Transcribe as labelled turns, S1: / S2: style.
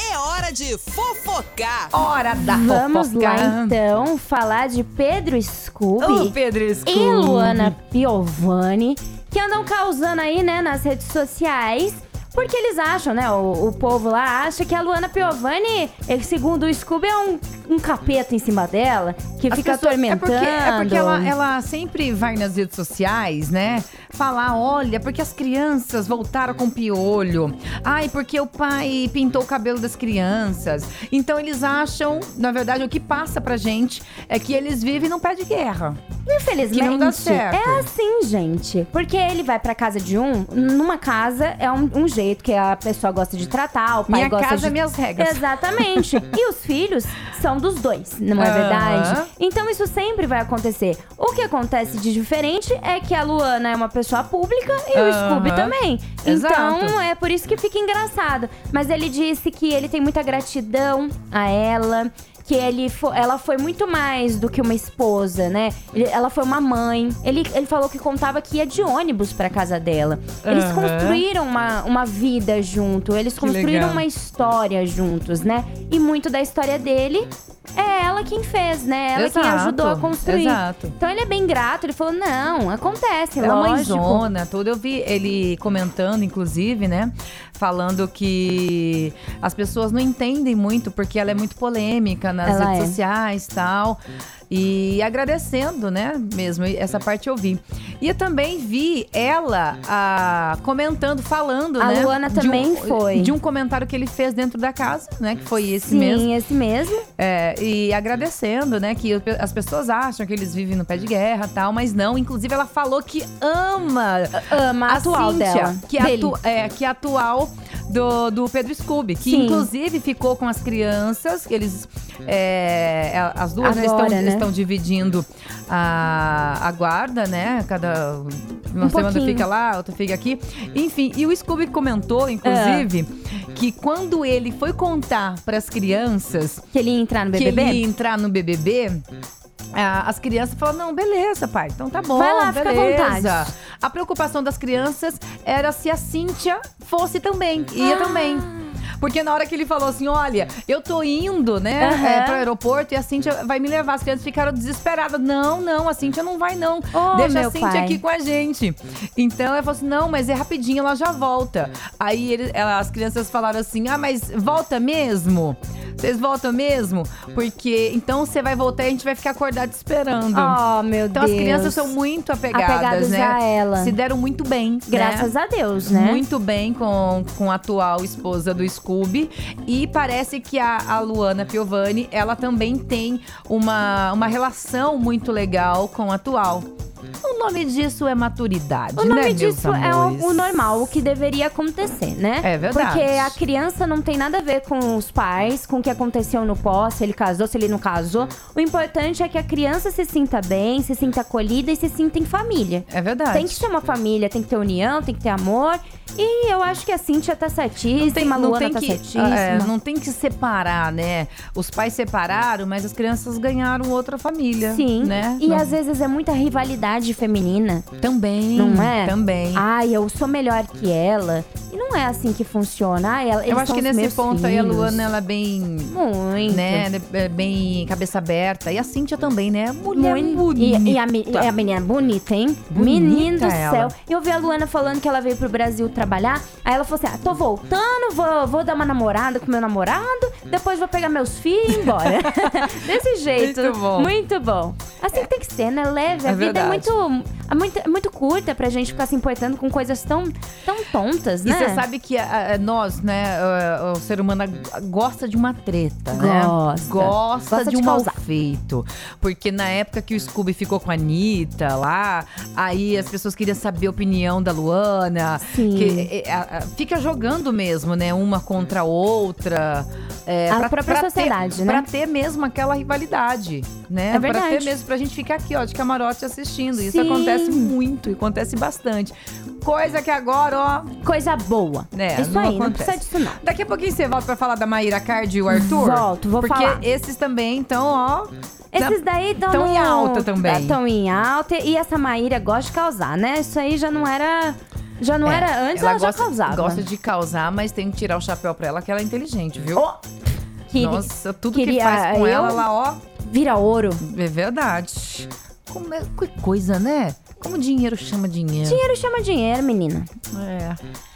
S1: é Hora de fofocar.
S2: Hora da
S3: Vamos
S2: fofoca.
S3: lá então falar de Pedro Scooby
S2: Ô, Pedro
S3: e
S2: Scooby.
S3: Luana Piovani, que andam causando aí, né, nas redes sociais. Porque eles acham, né? O, o povo lá acha que a Luana Piovani, eh, segundo o Scooby, é um, um capeta em cima dela, que
S2: As
S3: fica
S2: pessoas-
S3: atormentando.
S2: É porque, é porque ela, ela sempre vai nas redes sociais, né? Falar, olha, porque as crianças voltaram com piolho. Ai, porque o pai pintou o cabelo das crianças. Então eles acham, na verdade, o que passa pra gente é que eles vivem num pé de guerra.
S3: Infelizmente,
S2: Que não dá certo.
S3: é assim, gente. Porque ele vai pra casa de um, numa casa é um, um jeito que a pessoa gosta de tratar, o pai
S2: Minha
S3: gosta
S2: casa, é
S3: de...
S2: minhas regras.
S3: Exatamente. e os filhos são dos dois, não é
S2: Aham.
S3: verdade? Então isso sempre vai acontecer. O que acontece de diferente é que a Luana é uma pessoa pública e o
S2: Aham.
S3: Scooby também.
S2: Exato.
S3: Então é por isso que fica engraçado. Mas ele disse que ele tem muita gratidão a ela. Que ele fo- ela foi muito mais do que uma esposa, né? Ele- ela foi uma mãe. Ele, ele falou que contava que ia de ônibus pra casa dela. Eles
S2: Aham.
S3: construíram uma, uma vida junto. Eles
S2: legal.
S3: construíram uma história juntos, né? E muito da história dele é ela quem fez, né? Ela quem
S2: Exato,
S3: ajudou a construir.
S2: exato.
S3: Então ele é bem grato, ele falou: não, acontece,
S2: É uma
S3: lógico.
S2: mãezona, tudo. Eu vi ele comentando, inclusive, né? Falando que as pessoas não entendem muito porque ela é muito polêmica nas
S3: Ela
S2: redes
S3: é.
S2: sociais e tal. E agradecendo, né? Mesmo, e essa parte eu vi. E eu também vi ela ah, comentando, falando,
S3: A
S2: né?
S3: Luana
S2: de um-
S3: também foi.
S2: De um comentário que ele fez dentro da casa, né? Que foi esse
S3: Sim,
S2: mesmo.
S3: esse mesmo.
S2: É, e agradecendo, né, que o- as pessoas acham que eles vivem no pé de guerra tal, mas não. Inclusive, ela falou que ama
S3: Ama a
S2: a
S3: atual
S2: Cíntia,
S3: dela.
S2: Que é,
S3: Dele.
S2: atu- é, que é atual do, do Pedro Scooby, que
S3: Sim.
S2: inclusive ficou com as crianças, que eles. é, é, as duas né,
S3: Agora,
S2: estão,
S3: né?
S2: estão dividindo a, a guarda, né? Cada. Uma semana
S3: Um pouquinho.
S2: fica lá, outra fica aqui. Enfim, e o Scooby comentou, inclusive,
S3: Ah.
S2: que quando ele foi contar para as crianças
S3: Que ele ia entrar no
S2: que
S3: BBB.
S2: ele ia entrar no BBB, ah, as crianças falam, não, beleza, pai, então tá bom,
S3: Vai lá, fica à
S2: beleza.
S3: vontade.
S2: A preocupação das crianças era se a Cíntia fosse também,
S3: Ah.
S2: ia também. Porque na hora que ele falou assim, olha, eu tô indo, né,
S3: Aham.
S2: é, pro aeroporto e a Cíntia vai me levar. As crianças ficaram desesperadas. Não, não, a Cíntia não vai, não.
S3: Oh,
S2: Deixa a
S3: meu
S2: Cíntia
S3: pai.
S2: aqui com a gente. Então ela falou assim, não, mas é rapidinho, ela já volta. Aí ele- ela- as crianças falaram assim, ah, mas volta mesmo? Vocês voltam mesmo? Porque então você vai voltar e a gente vai ficar acordado esperando.
S3: Oh, meu
S2: então
S3: Deus.
S2: as crianças são muito apegadas,
S3: Apegadas
S2: né?
S3: a ela.
S2: Se deram muito bem. né?
S3: Graças a Deus, né?
S2: Muito bem com, com a atual esposa do Scooby. E parece que a, a Luana Piovani, ela também tem uma, uma relação muito legal com a atual. O nome disso é maturidade,
S3: O nome
S2: né, meus
S3: disso é
S2: amores?
S3: o, o normal, o que deveria acontecer, né?
S2: É verdade.
S3: Porque a criança não tem nada a ver com os pais, com o que aconteceu no pós, se ele casou, se ele não casou. O importante é que a criança se sinta bem, se sinta acolhida e se sinta em família.
S2: É verdade.
S3: Tem que ter uma família, tem que ter união, tem que ter amor. E eu acho que a Cíntia tá certíssima, a Luana tá certíssima.
S2: é, não tem que separar, né? Os pais separaram, mas as crianças ganharam outra família.
S3: Sim.
S2: né?
S3: E
S2: Não-
S3: às vezes é muita rivalidade feminina.
S2: Também.
S3: Não é?
S2: Também.
S3: Ai, eu sou melhor que ela. E não é assim que funciona. Ai, ela, eles
S2: Eu acho
S3: são
S2: que
S3: os
S2: nesse
S3: meus
S2: ponto aí a
S3: filhos.
S2: Luana, ela é bem
S3: Muito.
S2: né? é Bem cabeça aberta. E a Cíntia também, né? Mulher
S3: Muito.
S2: bonita.
S3: E, e a, me- é a menina bonita, hein?
S2: Bonita
S3: Menino do
S2: ela.
S3: céu. Eu vi a Luana falando que ela veio pro Brasil trabalhar. Aí ela falou assim: ah, tô voltando, vou, vou dar uma namorada com meu namorado, depois vou pegar meus filhos e ir embora. Desse jeito.
S2: Muito bom.
S3: Muito bom. Assim que tem que ser, né? Leve. A
S2: É
S3: vida
S2: verdade.
S3: é muito, é muito, é muito curta pra gente ficar se importando com coisas tão, tão tontas,
S2: E
S3: né?
S2: você sabe que ah, ah, nós, né, ah, o ser humano ah, gosta de uma treta, né?
S3: Gosta.
S2: Gosta,
S3: Gosta
S2: de,
S3: de
S2: um
S3: causar.
S2: malfeito. Porque na época que o Scooby ficou com a Anitta lá, aí as pessoas queriam saber a opinião da Luana.
S3: Sim.
S2: Que, eh, eh, ah, ah, fica jogando mesmo, né? Uma contra a outra. É,
S3: A própria sociedade,
S2: ter,
S3: né?
S2: Pra ter mesmo aquela rivalidade, né?
S3: É
S2: Pra ter
S3: verdade.
S2: mesmo, pra gente ficar aqui, ó, de camarote assistindo. Isso
S3: Sim.
S2: acontece muito, e acontece bastante. Coisa que agora, ó,
S3: Coisa boa.
S2: É,
S3: Isso
S2: não
S3: aí, não
S2: acontece.
S3: precisa disso, não.
S2: Daqui a pouquinho você volta pra falar da Maíra Cardi e o Arthur?
S3: Volto, vou
S2: porque
S3: falar.
S2: Porque esses também então ó.
S3: Esses daí
S2: tão em alta também.
S3: Estão em alta. E essa Maíra gosta de causar, né? Isso aí já não era. Já não
S2: É,
S3: era antes, ela,
S2: gosta,
S3: já causava.
S2: Gosta de causar, mas tem que tirar o chapéu pra ela que ela é inteligente, viu?
S3: Que
S2: Nossa, tudo que
S3: queria-
S2: faz com
S3: eu-
S2: ela, ela, ó,
S3: vira ouro.
S2: é verdade. Como é, que coisa, né? Como dinheiro chama dinheiro.
S3: Dinheiro chama dinheiro, menina.
S2: É.